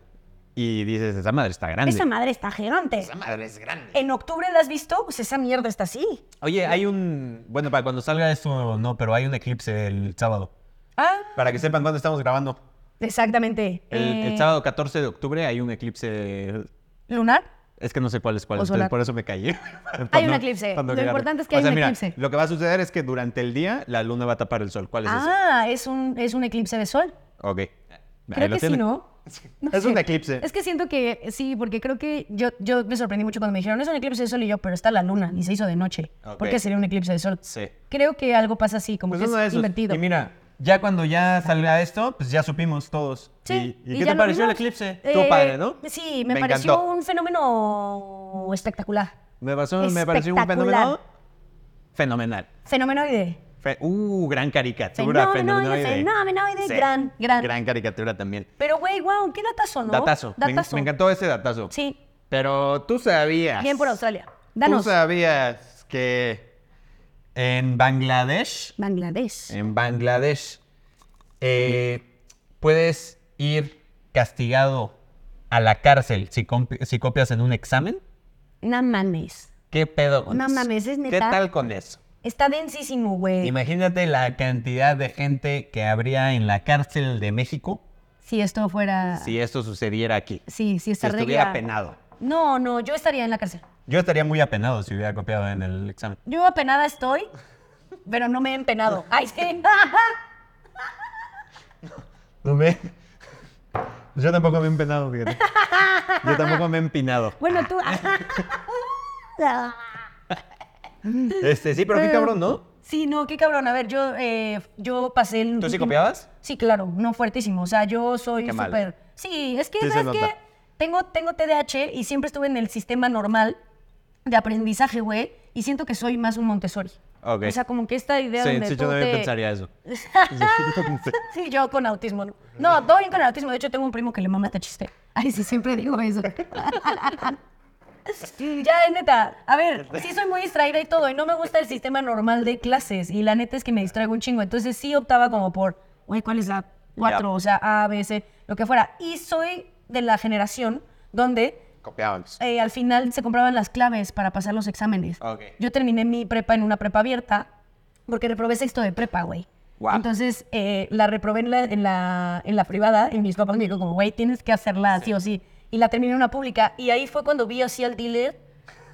y dices, esa madre está grande.
Esa madre está gigante.
Esa madre es grande.
En octubre la has visto, pues esa mierda está así.
Oye, hay un. Bueno, para cuando salga esto, no, pero hay un eclipse el sábado.
Ah,
Para que sepan cuándo estamos grabando.
exactamente.
El, el
Eh,
sábado 14 de octubre hay un eclipse.
¿Lunar?
Es que no sé cuál es cuál,
O
entonces
solar.
por eso me callé.
Hay un eclipse. Lo
quería-
importante es que
O
hay
sea,
un
mira,
eclipse.
Lo que va a suceder es que durante el día la luna va a tapar el sol. ¿Cuál es ese?
Ah, es un, es un eclipse de sol.
Ok. Ahí
Creo
lo
que sí,
tienen.
¿no? No
Es
sé.
un eclipse.
Es que siento que sí, porque creo que yo, yo me sorprendí mucho cuando me dijeron, es un eclipse de sol y yo, pero está la luna y se hizo de noche.
Ok.
¿Por qué sería un eclipse de sol?
Sí.
Creo que algo pasa así, como
Pues
que
uno de
es
esos.
invertido.
Y mira, ya cuando ya salga esto, pues ya supimos todos.
Sí,
¿Y, y qué
y ya
te
lo
pareció el
vimos.
eclipse?
Eh,
Estuvo padre, ¿no?
Sí, me, pareció
encantó.
un fenómeno espectacular.
Me, pasó- me pareció un
Espectacular.
fenómeno fenomenal.
Fenomenoide.
Fe- uh, gran caricatura.
Fenomenoide,
fenomenoide.
fenomenoide, gran, gran.
caricatura también.
Pero, güey, wow, qué datazo, ¿no?
Datazo. Me-
Datazo.
Me, encantó ese datazo.
Sí,
Pero tú sabías.
bien por Australia. Danos.
Tú sabías que en Bangladesh,
Bangladesh.
en Bangladesh, eh, puedes ir castigado a la cárcel si, comp- si copias en un examen.
No mames.
¿Qué pedo con
No
eso?
mames, ¿es
¿Qué
neta?
tal con eso?
Está densísimo, güey.
Imagínate la cantidad de gente que habría en la cárcel de México
Si esto fuera...
si esto sucediera aquí.
Sí, sí,
Si
esta
estuviera
regla-
apenado.
No, no, yo estaría en la cárcel.
Yo estaría muy apenado si hubiera copiado en el examen.
Yo apenada estoy, pero no me he empenado. Ay, sí.
No me... Yo tampoco me he empenado, fíjate. Yo tampoco me he empinado.
Bueno, tú.
ah,
Este, sí, pero qué cabrón, ¿no?
Sí, no, qué cabrón. A ver, yo, eh, yo pasé el.
¿Tú sí
último-
copiabas?
Sí, claro, no fuertísimo. O sea, yo soy
Qué mal.
súper. Sí, es que,
Sí se
¿sabes
nota.
qué? Tengo, tengo TDAH y siempre estuve en el sistema normal de aprendizaje, güey, y siento que soy más un Montessori.
Ok.
O sea, como que esta idea
Sí,
donde
sí,
tú
yo también
te-
pensaría eso.
Sí, yo con autismo. No, no todo bien con autismo. De hecho, tengo un primo que le mama este chiste. Ay, sí, siempre digo eso. ya, es neta. A ver, sí soy muy distraída y todo, y no me gusta el sistema normal de clases. Y la neta es que me distraigo un chingo. Entonces sí optaba como por, güey, ¿cuál es la 4?
Ya.
O sea, A, B, C, lo que fuera. Y soy de la generación donde
Copiábamos.
eh, al final se compraban las claves para pasar los exámenes.
Ok.
Yo terminé mi prepa en una prepa abierta porque reprobé sexto de prepa, güey.
Guau.
Entonces eh, la reprobé en la, en la, en la privada y mis papás me dijeron como, güey, tienes que hacerla sí. o sí. Y la terminé en una pública y ahí fue cuando vi así al dealer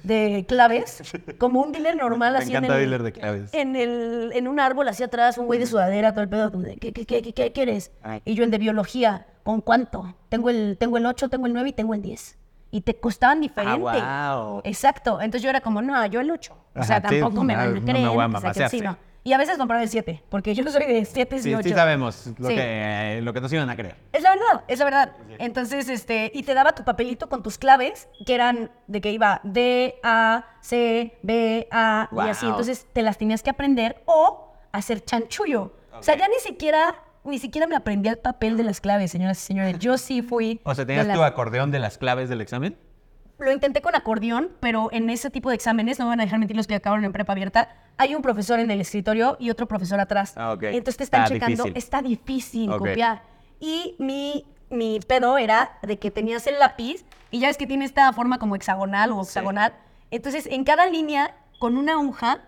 de claves, como un dealer normal.
Me
así
encanta
en el,
dealer de claves.
En, el, en un árbol hacia atrás, un güey de sudadera, todo el pedo, como de, ¿qué, qué, qué, qué, qué quieres?
Ay.
Y yo el de biología, ¿con cuánto? Tengo el, tengo el 8, tengo el 9 y tengo el 10. Y te costaban diferente.
Ah, guau.
Exacto. Entonces yo era como, no, yo el 8. O sea,
Ajá, sí,
tampoco me van
no,
a
no
creer.
me voy a
o sea, que
mamasear,
sí,
sí.
no. Y a veces compraba el 7, porque yo soy de 7 y
Sí,
8.
sí sabemos lo,
Sí.
eh,
que, lo que nos iban a creer.
Es la verdad, es la verdad. Entonces, este, y te daba tu papelito con tus claves, que eran de que iba D, A, C, B, A, y así.
Wow.
Entonces, te las tenías que aprender o hacer chanchullo. O sea,
Ok.
ya ni siquiera, ni siquiera me aprendí el papel de las claves, señoras y señores. Yo sí fui.
O sea,
de
¿tenías
las-
tu acordeón de las claves del examen?
Lo intenté con acordeón, pero en ese tipo de exámenes, no me van a dejar mentir los que acabaron en prepa abierta, hay un profesor en el escritorio y otro profesor atrás.
Ah, ok.
Entonces te están
Está
checando,
difícil.
está difícil
Ok.
copiar. Y mi, mi pedo era de que tenías el lápiz y ya ves que tiene esta forma como hexagonal o octagonal. Entonces, en cada línea, con una aguja,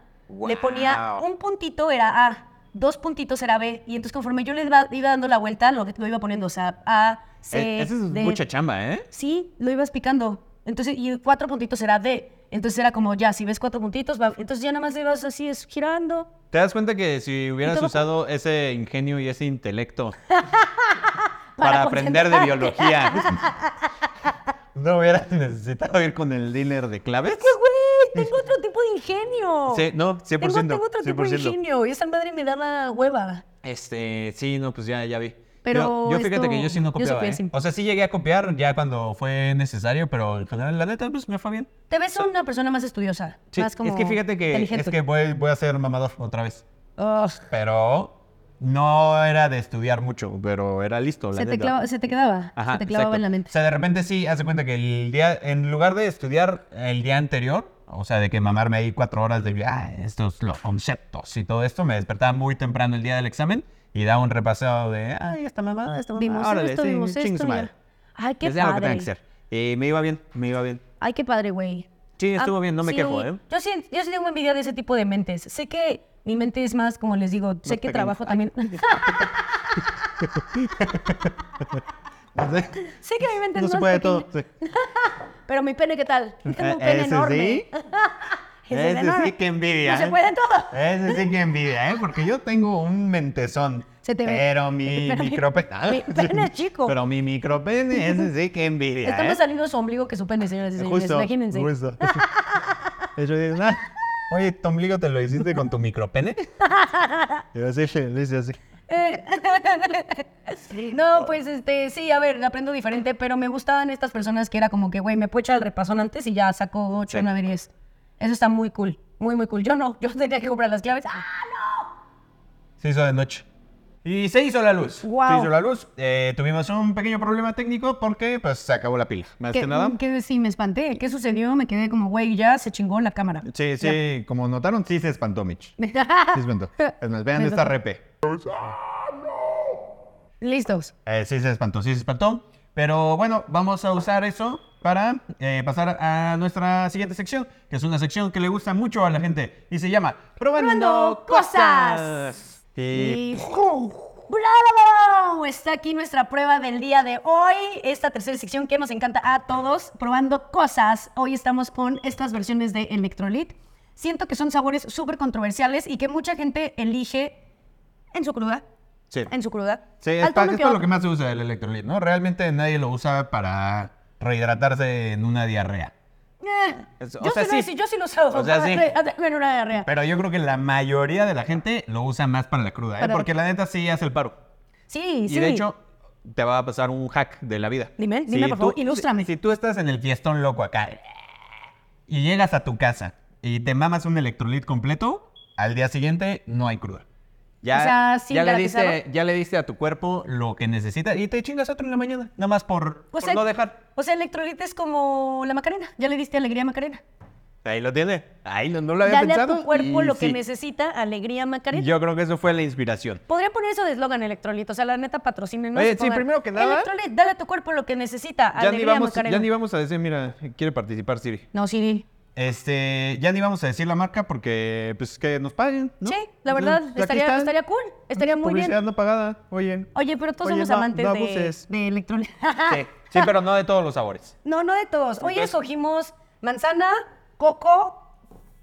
le ponía
Wow.
un puntito era A, dos puntitos era B. Y entonces, conforme yo le iba, iba dando la vuelta, lo, lo iba poniendo, o sea, A, C,
E- Esa es
D.
mucha chamba, ¿eh?
Sí, lo ibas picando. Entonces, y cuatro puntitos era D. Entonces era como, ya, si ves cuatro puntitos, va- entonces ya nada más ibas así es, girando.
¿Te das cuenta que si hubieras
todo-
usado ese ingenio y ese intelecto para,
Para
aprender de
concentrarte.
biología, no hubieras necesitado ir con el dealer de claves?
¡Güey! Tengo otro tipo de ingenio.
Sí, no, 100%.
Tengo, tengo otro tipo de
100%.
ingenio. Y esa madre me da la hueva.
Este, sí, no, pues ya, ya vi.
Pero
yo, yo fíjate que
esto-
yo sí no
yo sí
copiaba,
fui
¿eh?
así.
O sea, sí llegué a copiar ya cuando fue necesario, pero en general, la neta, pues me fue bien.
Te ves una persona más estudiosa.
Sí,
más como
es que fíjate que es
inteligente. Oh,
que voy, voy a ser mamador otra vez.
Ugh,
Pero no era de estudiar mucho, pero era listo. La
se, te
neta.
clava- se te quedaba.
Ajá,
se te clavaba
exacto.
en la mente.
O sea, de repente sí, hace cuenta que el día, en lugar de estudiar el día anterior, o sea, de que mamarme ahí cuatro horas de, ah, estos los conceptos y todo esto, me despertaba muy temprano el día del examen y daba un repasado de, ay, esta mamada, esta mamada.
Ah, Vimos
órale,
esto,
sí,
vimos
chingue
esto.
su madre".
mira. Ay, qué
Que sea lo que
padre.
tenga que ser. Y me iba bien, me iba bien.
Ay, qué padre, güey.
Sí, estuvo
Ah,
bien, no me
sí,
quejo,
uy,
¿eh?
Yo sí, yo sí tengo envidia de ese tipo de mentes. Sé que mi mente es más, como les digo, sé que
pequeña.
trabajo también. sé que mi mente
No
es más
se puede todo.
pequeña,
sí.
Pero mi pene, ¿qué tal? Yo Tengo un
Eh,
pene
ese
enorme.
sí.
Ese es
Ese
enorme.
sí que envidia.
No se
¿eh?
puede todo.
Ese sí que envidia, ¿eh? Porque yo tengo un mentezón.
Se te ve.
Pero mi
Pero mi-
micropene.
mi pene es chico.
Pero mi micropene, ese sí que envidia.
Está más
¿eh?
salido su ombligo que su pene, señores y señores. Imagínense.
Justo. Ellos dicen, "Ah, oye, tu ombligo te lo hiciste con tu micropene. Y así, le hice así.
Eh, no, pues este, sí, a ver, aprendo diferente, pero me gustaban estas personas que era como que, güey, me puedo echar el repasón antes y ya saco 8, 9, 10. Eso está muy cool, muy, muy cool. Yo no, yo tenía que comprar las claves. ¡Ah,
Se hizo de noche. Y se hizo la luz.
Guau.
Se hizo la luz. Eh, tuvimos un pequeño problema técnico porque pues, se acabó la pila. Más que,
que,
nada.
que sí, me espanté. ¿Qué sucedió? Me quedé como, güey, ya se chingó la cámara.
Sí, sí, como notaron, sí se espantó, Mitch. Sí se espantó. Es más, vean
Me
esta
espantó.
repe.
Listos.
Eh, sí se espantó, sí se espantó. Pero bueno, vamos a usar eso para eh, pasar a nuestra siguiente sección, que es una sección que le gusta mucho a la gente y se llama Probando,
Probando cosas.
Eh,
Y ¡Bravo! Está aquí nuestra prueba del día de hoy, esta tercera sección que nos encanta a todos, probando cosas. Hoy estamos con estas versiones de Electrolit. Siento que son sabores súper controversiales y que mucha gente elige en su cruda.
Sí.
En su cruda.
Sí, es,
Al
pa-
tono
es
que
para lo
otro.
que más se usa el electrolit, ¿no? Realmente nadie lo usa para rehidratarse en una diarrea.
Eh,
Es- o
yo,
sea,
sí lo,
sí.
yo sí lo uso.
O sea, sí.
Bueno, una diarrea.
Pero yo creo que la mayoría de la gente lo usa más para la cruda, ¿eh?
Para-
Porque la neta sí hace el paro.
Sí, sí.
Y de hecho, te va a pasar un hack de la vida.
Dime, dime, por favor, ilústrame.
Si, si tú estás en el fiestón loco acá y llegas a tu casa y te mamas un electrolit completo, al día siguiente no hay cruda. Ya,
O sea, sí,
ya, le
garantizado.
diste, ya le diste a tu cuerpo lo que necesita y te chingas otro en la mañana, nada más por,
O
por
sea-
no dejar.
O sea, Electrolit es como la Macarena. Ya le diste alegría a Macarena.
Ahí lo tiene. Ahí no, no lo había
Dale a
pensado.
tu cuerpo
y
lo que
sí.
necesita, alegría, Macarena.
Yo creo que eso fue la inspiración.
Podría poner eso de eslogan electrolito, o sea, la neta patrocinen.
Oye, sí, primero que nada-
Electrolit, dale a tu cuerpo lo que necesita.
Ya ni,
alegría,
vamos,
Macarena.
ya ni vamos a decir, mira, quiere participar Siri.
No, Siri.
Este, ya ni vamos a decir la marca porque
Porque, pues, que nos paguen, ¿no?
Sí, la verdad,
Aquí
estaría,
está.
estaría cool. Estaría muy bien.
Publicidad no pagada, oye.
Oye, pero todos
Oye,
somos
no-
amantes
no
de,
abuses.
de electrolit.
Sí, sí, pero no de todos los sabores.
no, no de todos. Hoy escogimos manzana, coco,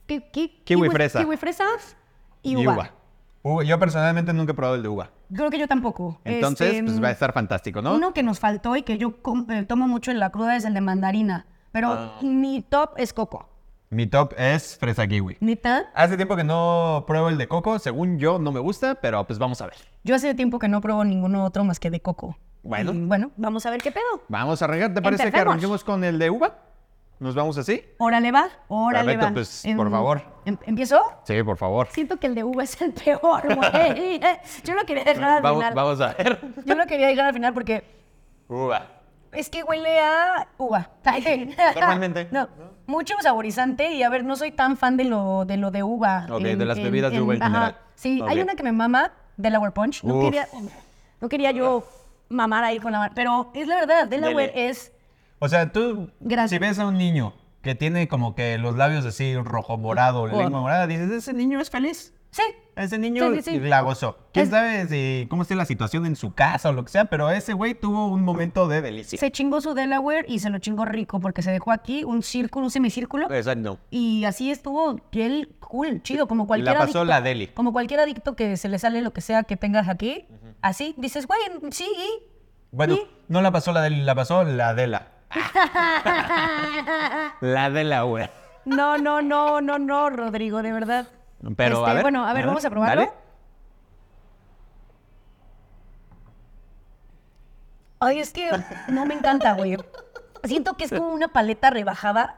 ki- ki-
Kiwi fresa.
Kiwi fresa y
Y
uva.
uva. Uva, Yo personalmente nunca he probado el de uva.
Creo que yo tampoco.
Entonces,
Este,
pues va a estar fantástico, ¿no?
Uno que nos faltó y que yo com- eh, tomo mucho en la cruda es el de mandarina. Pero
Ah.
mi top es coco.
Mi top es fresa kiwi.
¿Neta?
Hace tiempo que no pruebo el de coco, según yo no me gusta, pero pues vamos a ver.
Yo hace tiempo que no pruebo ninguno otro más que de coco.
Bueno.
Y bueno, vamos a ver qué pedo.
Vamos a arrancar, ¿te parece que
Empecemos.
arranquemos con el de uva? ¿Nos vamos así?
Órale va, órale
Perfecto,
va.
pues,
Em,
por favor.
em- ¿Empiezo?
Sí, por favor.
Siento que el de uva es el peor, güey. Yo lo quería dejar al
Vamos,
final.
vamos a ver.
Yo lo quería dejar al final porque
Uva.
es que huele a uva.
Normalmente.
No, mucho saborizante y a ver, no soy tan fan de lo de, lo de uva.
Ok, de las bebidas de uva en
ajá.
general.
Sí,
Ok.
hay una que me mama, Delaware Punch. No
Uf.
quería, no quería yo mamar ahí con la mano, pero es la verdad, Delaware
Dele.
es...
o sea, tú
Gracias.
si ves a un niño que tiene como que los labios así rojo morado,
Por-
lengua morada, dices, ese niño es feliz.
Sí,
Ese niño
Sí, sí, sí.
la gozó. ¿Quién
Es-
sabe si- cómo esté la situación en su casa o lo que sea? Pero ese güey tuvo un momento de delicia.
se chingó su Delaware y se lo chingó rico porque se dejó aquí un círculo, un semicírculo.
Exacto.
Y así estuvo piel cool, chido, como cualquier
pasó
adicto.
la deli.
Como cualquier adicto que se le sale lo que sea que tengas aquí. Así, dices, güey, sí, y...
Bueno, no la pasó la de la pasó la Adela.
La de la uva.
No, no, no, no, no, Rodrigo, de verdad.
Pero,
Este,
a ver.
Bueno, a ver, vamos a probarlo.
dale.
Ay, es que no me encanta, güey. Siento que es como una paleta rebajada.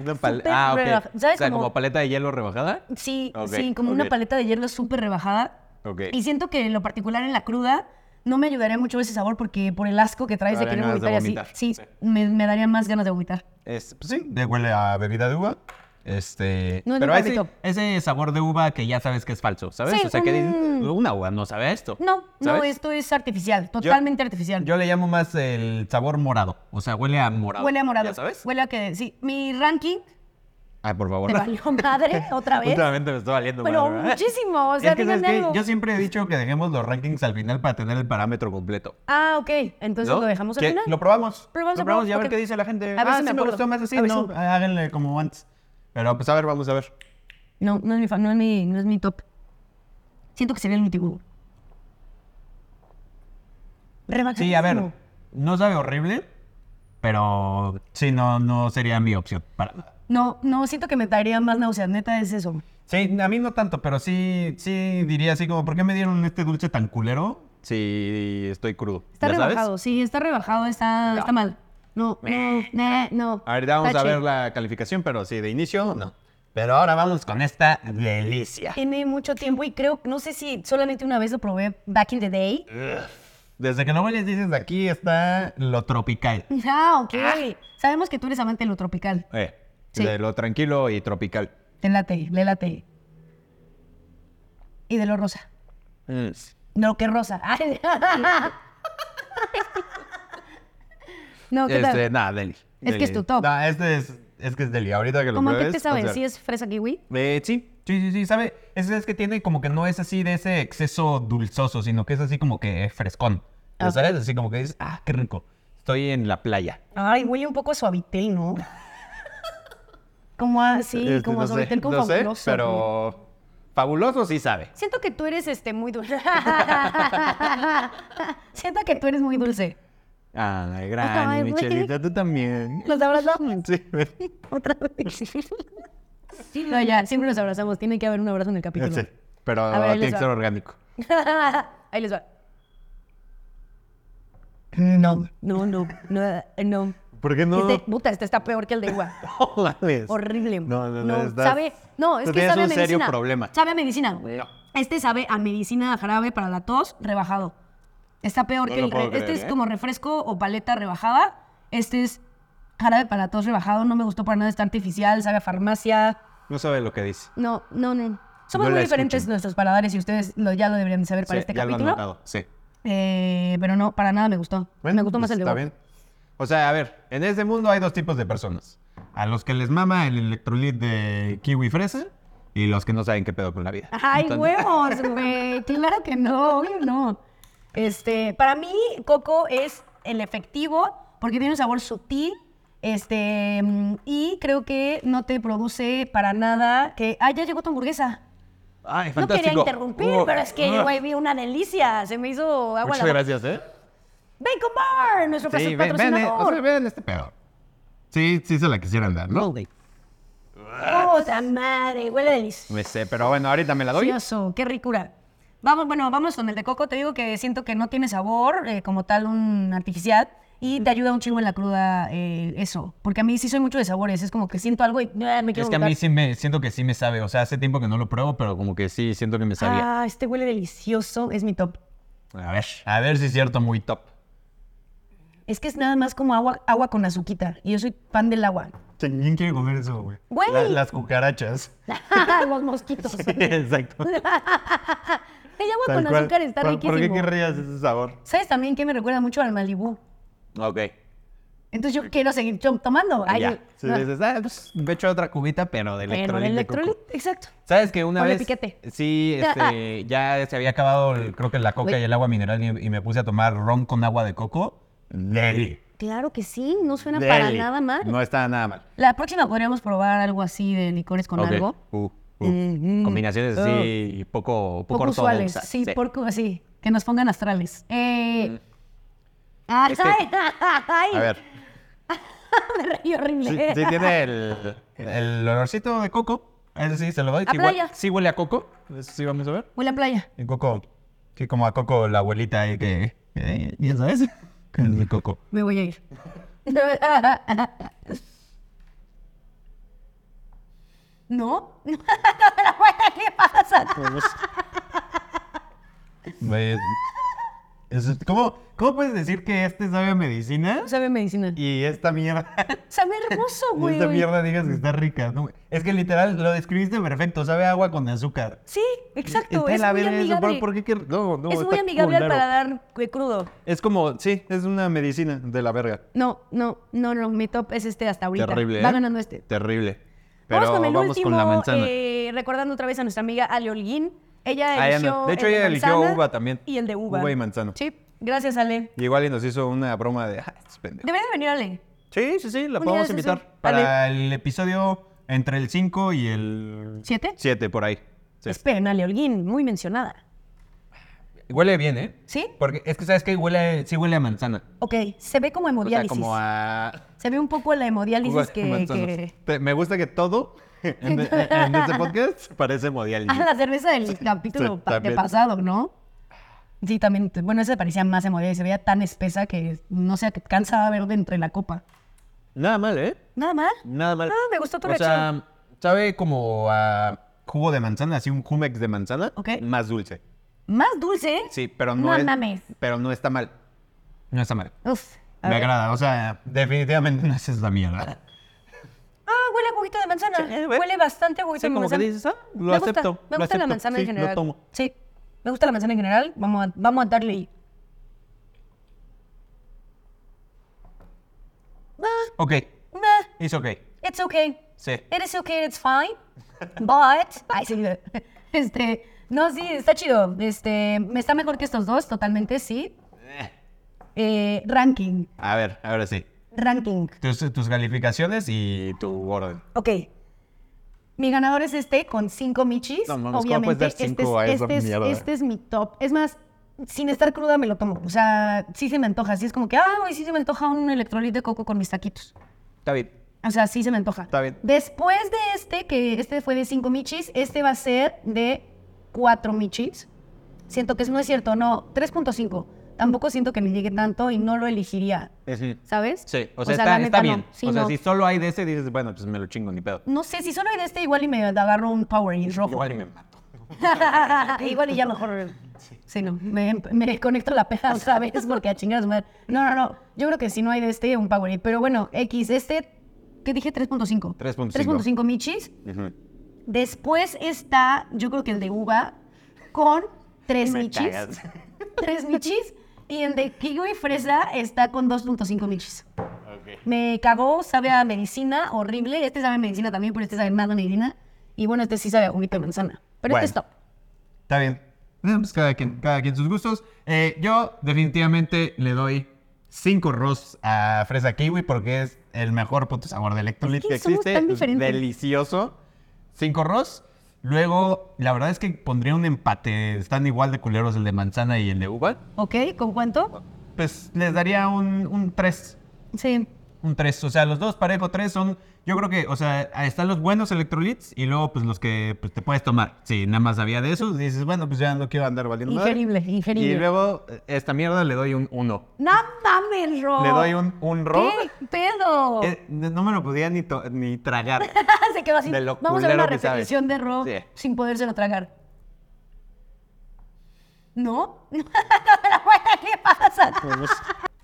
Una pal-
Súper
ah, ok.
rebaja- ¿sabes
O sea,
cómo?
como paleta de hielo rebajada.
Sí,
Ok,
sí, como
ok.
una paleta de hielo súper rebajada.
Ok.
Y siento que en lo particular en la cruda no me ayudaría mucho ese sabor porque por el asco que traes de
Darían
querer
ganas de
vomitar, y así.
vomitar.
Sí, me, me daría más ganas de vomitar.
Es- pues sí.
Le huele a bebida de uva. Este.
No es mi
Pero ese,
favorito.
ese sabor de uva que ya sabes que es falso, ¿sabes?
Sí,
o sea, que dices,
un-
una uva no sabe esto.
No, no,
¿sabes?
esto es artificial, totalmente artificial.
Yo le llamo más el sabor morado. O sea, huele a morado.
Huele a morado.
¿Ya sabes?
Huele a que, sí. Mi ranking
Ay, por favor.
te valió madre otra vez.
Últimamente me está valiendo
pero
madre, ¿verdad?
muchísimo, o
Es
sea,
que, ¿sabes
díganme
qué?
algo.
Yo siempre he dicho que dejemos los rankings al final para tener el parámetro completo.
Ah, ok, entonces
¿No?
lo dejamos al
¿Qué?
final.
Lo probamos.
Pero vamos
lo
a
probamos y a
probar,
ver
ok.
qué dice la gente.
A ver
ah,
si me
sí me
acuerdo.
gustó más así.
A ver
No,
si-
háganle como antes. Pero pues
Pues a ver, vamos a ver.
No, no es mi, fa- no es mi, no es mi top. Siento que sería el último. Rebajadísimo.
Sí, a ver, no sabe horrible, pero sí, no, no sería mi opción para nada.
No, no, siento que me daría más náuseas, neta, es eso.
Sí, a mí no tanto, pero sí, sí diría así como, ¿por qué me dieron este dulce tan culero?
Sí, estoy crudo.
Está
¿Ya sabes?
rebajado, sí, está rebajado, está, está mal. No, no, nah, no.
Ahorita vamos a
Tache.
ver la calificación, pero sí, de inicio, no.
Pero ahora vamos con esta delicia.
Tiene mucho tiempo y creo, no sé si solamente una vez lo probé back in the day.
Eh.
Desde que no hueles dices, aquí está lo tropical.
Ah, ok. Sabemos que tú eres amante de lo tropical.
Eh,
Sí.
De lo tranquilo y tropical.
Te late, le late. Y de lo rosa.
Mm.
De lo que es rosa. Ay. no, ¿qué tal?
Este, nada, deli.
Es que es tu
deli.
top.
No, este es, es que es deli. Ahorita que lo
¿Cómo a qué
pruebes,
te
o
sabes?
sea-
¿Sí es fresa kiwi?
Eh, sí.
Sí, sí, sí, ¿sabe? Es, es que tiene como que no es así de ese exceso dulzoso, sino que es así como que frescón. ¿Lo ¿Sabes? Así como que dices, ah, qué rico.
Estoy en la playa.
Ay, huele un poco a suavitel, ¿no? como así,
Este,
como a
no sé,
suavitel con
no sé,
fabuloso. güey.
pero fabuloso sí sabe.
Siento que tú eres este muy dulce. Siento que tú eres muy dulce.
Ah, gran,
Ay, güey.
Michelita, tú también.
Nos abrazamos
Sí,
otra vez. no, ya, siempre nos abrazamos. Tiene que haber un abrazo en el capítulo.
sí, pero
A ver,
tiene
ahí les
que
va.
ser orgánico.
Ahí les va. No. No, no, no, no.
¿Por qué no?
Este, puta, este está peor que el de uva.
No, mames.
Horrible.
No, no, no, estás-
sabe, no, es
tú
que
tienes
sabe a
un
medicina.
serio problema.
Sabe a medicina. Este sabe a medicina jarabe para la tos rebajado. Está peor
No
que
lo
el re-
puedo
este
creer,
es
¿eh?
como refresco o paleta rebajada. Este es Jarabe para tos rebajado, no me gustó para nada, está artificial, sabe a farmacia.
No sabe lo que dice.
No, no, no.
Somos
No la
muy diferentes nuestros paladares y ustedes lo- ya lo deberían de saber para
Sí,
este
ya lo
capítulo.
han notado. Sí.
Eh, pero no, para nada me gustó. me gustó más
pues
el de
pues Está
Bob.
bien. O sea, a ver, en este mundo hay dos tipos de personas. A los que les mama el electrolit de kiwi fresa y los que no saben qué pedo con la vida.
Ay, huevos, güey. Claro que no, obvio no. Este, para mí, Coco es el efectivo porque tiene un sabor sutil. Este, mm, y creo que no te produce para nada que. Ah, ya llegó tu hamburguesa.
Ay,
No quería interrumpir,
Uh,
pero es que,
uh.
güey, vi una delicia. Se me hizo agua
Muchas
la boca.
gracias, ¿eh?
Bacon Bar, nuestro
Sí, ven, ven, eh, o
patrocinador.
sea, ven este pedo. Sí, sí se la quisieran dar, ¿no?
Puta madre, huele delicioso.
Me sé, pero bueno, ahorita me la doy.
Delicioso, qué ricura. Vamos, bueno, vamos con el de coco. Te digo que siento que no tiene sabor, eh, como tal, un artificial. Y te ayuda un chingo en la cruda eh, eso. Porque a mí sí soy mucho de sabores. Es como que siento algo y ah, me quiero
Es que a
vomitar.
mí sí me siento que sí me sabe. O sea, hace tiempo que no lo pruebo, pero como que sí siento que me sabía.
Ah, este huele delicioso. Es mi top.
A ver, a ver si es cierto, muy top.
Es que es nada más como agua, agua con azuquita. Y yo soy pan del agua.
¿Quién quiere comer eso, güey?
Güey. La-
las cucarachas. Ah,
Los mosquitos.
Exacto.
El agua con azúcar está riquísimo.
querrías ese sabor?
¿Sabes también que me recuerda mucho al Malibú?
Ok.
Entonces yo quiero seguir chom- tomando. Ay,
ya. Si
no,
dices, ah, pues, me echo otra cubita, pero de
pero el
electrolit. de coco".
electrolit, exacto.
¿Sabes que una
Ponle
vez?
piquete.
Sí, este, ya se había acabado, el- creo que la coca y el agua mineral y, y me puse a tomar ron con agua de coco. Deli.
Claro que sí, no suena para
Deli.
nada mal.
No está nada mal.
La próxima podríamos probar algo así de licores con
Ok.
algo.
Uh, Oh. uh. Combinaciones así poco, poco,
Poco usuales.
ortodoxas.
Sí, porco así. Que nos pongan astrales. Eh, ay,
Mm. Es que- A ver,
me reí horrible.
sí, sí tiene el, el olorcito de coco. Ese sí, se lo doy.
A
sí, hue-
playa.
sí huele a coco. Eso sí vamos a ver.
Huele a playa.
El coco. Que como a coco la abuelita ahí que... eh, ¿Ya sabes? Que es de coco.
Me voy a ir. ¿No? Pero bueno, ¿qué pasa?
Güey, es- es- ¿Cómo, ¿Cómo puedes decir que este sabe a medicina?
Sabe medicina.
Y esta mierda.
Sabe hermoso,
y este
güey.
esta mierda digas que está rica. No, güey. es que literal lo describiste perfecto. Sabe a agua con azúcar.
Sí, exacto.
Está
Es muy
la verga eso,
amigable.
¿por- por qué que- no, no,
es muy
está
amigable al
culero.
paladar cu- crudo.
Es como, sí, es una medicina de la verga.
No, no, no, no. Mi top es este hasta ahorita.
Terrible.
Va
¿eh?
ganando este.
Terrible.
vamos
Pero
con el
vamos
último,
con la manzana.
eh, recordando otra vez a nuestra amiga Ale Holguín. Ella
Ah, ya
eligió
no. De hecho,
el
ella eligió
manzana
uva también.
Y el de uva.
Uva y manzana.
Sí, gracias, Ale.
Y igual y nos hizo una broma de. "Ah, estos pendejos".
Debería de venir Ale.
Sí, sí, sí, la
Un día
podemos
de esos,
invitar.
sí.
Para el episodio entre el 5 y el
¿Siete?
7, por ahí. Sí.
Esperen, Ale Holguín, muy mencionada.
Huele bien, ¿eh?
¿Sí?
Porque es que sabes que huele, sí huele a manzana.
Ok, se ve como
O sea,
hemodiálisis.
como a.
Se ve un poco la hemodiálisis
Uva-
que,
manzanas.
que-
Te- Me gusta que todo en, en este podcast parece
Ah,
hemodiálisis.
la cerveza del capítulo
Sí,
pa- de
también.
pasado, ¿no? Sí, también. te- Bueno, esa parecía más hemodiálisis. Se veía tan espesa que no sé, que cansaba ver de entre la copa.
Nada mal, ¿eh?
Nada mal.
Nada mal.
Ah, me gustó tu
O sea, sabe como a jugo de manzana, así un jumex de manzana,
Ok.
más dulce.
Más dulce.
Sí, pero no,
No
es-
mames.
pero no está mal. No está mal.
Uf. a
Me
ver.
agrada, o sea, definitivamente no es esa mierda.
Ah, huele a juguito de manzana.
Sí, güey.
huele bastante a juguito
Sí,
de
como que
manzana.
dices, ah, lo
me gusta,
acepto,
Me
lo
gusta la
acepto,
manzana
sí,
en
lo
general.
tomo.
Sí, me gusta la manzana en general. Vamos a, vamos a darle. Ah,
Ok,
nah,
it's ok.
it's okay.
Sí.
It is okay, it's fine. But. Ay, sí. Este. No, sí, está chido. Este. me Está mejor que estos dos, totalmente, sí. Eh, ranking.
A ver, ahora sí.
Ranking.
Tus, tus calificaciones y tu orden.
Ok. Mi ganador es este con cinco michis.
No mames, ¿cómo
Obviamente,
puedes dar cinco a
este, es,
esa
este, es,
mierda?
este es mi top. Es más, sin estar cruda me lo tomo. O sea, sí se me antoja. Sí es como que, ah, hoy sí se me antoja un electrolit de coco con mis taquitos.
Está bien.
O sea, sí se me antoja.
Está bien.
Después de este, que este fue de cinco michis, este va a ser de cuatro michis. Siento que eso no es cierto, no, 3.5. Tampoco siento que me llegue tanto y no lo elegiría, ¿sabes?
Sí, o sea,
la
está, está
neta, no.
bien.
Sí,
o sea,
no.
si solo hay de ese, dices, bueno, pues me lo chingo, ni pedo.
No sé, si solo hay de este, igual y me agarro un Power y rojo.
Igual y me mato.
Igual y ya mejor Sí, no. Me, me desconecto la peda otra vez porque a chingar a su madre. No, no, no. Yo creo que si no hay de este, un Powerade. Pero bueno, X, este, ¿qué dije? 3.5.
3.5.
3.5 michis.
Ujú.
Después está, yo creo que el de uva, con tres
Me
michis.
cagas.
Tres michis. Y el de kiwi y fresa está con 2.5 michis. Me cagó, sabe a medicina, horrible. Este sabe a medicina también, pero este sabe más a medicina. Y bueno, este sí sabe a juguito de manzana. Pero este
Bueno.
es top.
Está bien. Eh, pues cada quien, cada quien sus gustos. Eh, yo definitivamente le doy cinco ros a fresa kiwi porque es el mejor punto sabor de
Lit
electrolit.
que
que somos
existe,
tan diferentes.
delicioso.
Cinco ros. Luego, la verdad es que pondría un empate. Están igual de culeros el de manzana y el de uva.
¿Ok? ¿Con cuánto?
Pues les daría un, un tres.
Sí.
Un 3, o sea, los dos parejo 3 son, yo creo que, o sea, ahí están los buenos electrolits y luego pues los que pues, te puedes tomar. Si nada más había de esos, dices, bueno, pues ya no quiero andar valiendo madre.
Ingerible,
Y
ingerible.
luego eh, esta mierda le doy un 1.
No mames, Ro.
Le doy un, un ro.
Oh. ¿Qué pedo?
Eh, no me lo podía ni, to- ni tragar.
Se quedó así.
De lo
Vamos a ver una
culero que sabe.
repetición de Ro
Sí.
sin podérselo tragar. ¿No? Pero bueno, ¿qué pasa?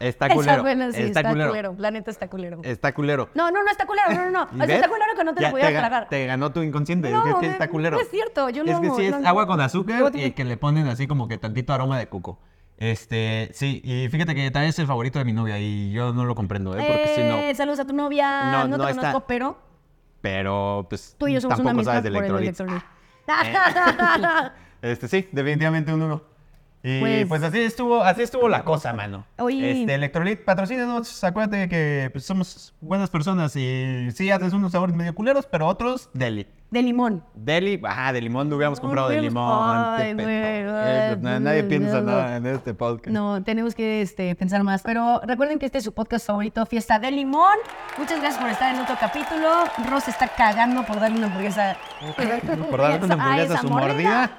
Está
Esa
culero.
buena sí,
está, culero.
La neta está culero.
Está culero.
No, no, no está culero. No, no, no.
¿Y
O sea,
ves?
está culero que no te
Ya
lo podías
ga-
tragar.
Te ganó tu inconsciente.
No,
es que sí
me-
está culero.
no es cierto, yo lo
Es que
amo,
sí es
no, no.
agua con azúcar
Luego
y
tiene-
que le ponen así como que tantito aroma de coco.
Este, sí, y fíjate que también es el favorito de mi novia y yo no lo comprendo, ¿eh? Porque si no...
Eh, Saludos a tu
No,
novia. No,
no
te
está-
conozco, pero
Pero pues
tú y yo somos una
tampoco
misma
sabes de
por el
electrolitos.
electrolit.
Este sí, definitivamente un uno.
Y pues,
Pues-
así estuvo, así estuvo la cosa, mano.
Oye.
Este, Electrolit, patrocínanos, acuérdate que pues, somos buenas personas y sí haces unos sabores medio culeros, pero otros
Deli.
De limón.
Deli, ajá, de limón, no hubiéramos
No
comprado de
hubiéramos-
limón.
Ay,
qué
güey,
pedo.
ay,
pues,
Eh, na- Nadie
no,
piensa
no.
nada en este podcast.
No, tenemos que este, pensar más. Pero recuerden que este es su podcast favorito, Fiesta de Limón. Muchas gracias por estar en otro capítulo. Ross está cagando por darle una hamburguesa.
Por darle una
a
hamburguesa a
esa
su
morena.
mordida.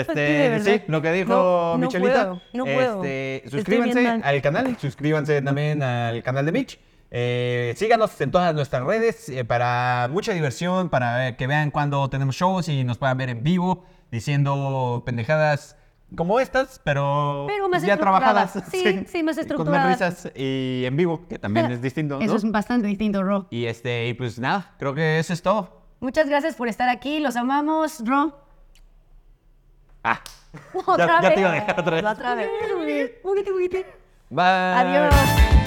Este,
verdad.
sí, lo que dijo
No, no
Michelita.
puedo, no puedo.
Este,
Estoy
suscríbanse
bien mal.
al canal, suscríbanse también al canal de Mitch. Eh, síganos en todas nuestras redes eh, para mucha diversión, para eh, que vean cuando tenemos shows y nos puedan ver en vivo diciendo pendejadas como estas, pero,
Pero más
ya
estructuradas.
trabajadas.
Sí, sí, más
Con más
estructuradas.
risas y en vivo, que también es distinto. ¿no?
Eso es bastante distinto, Ro.
Y este, y pues nada, creo que eso es todo.
Muchas gracias por estar aquí. Los amamos, Ro.
Ah,
Otra
ya te
vez.
iba a dejar otra vez.
Otra vez.
bye.
Adiós.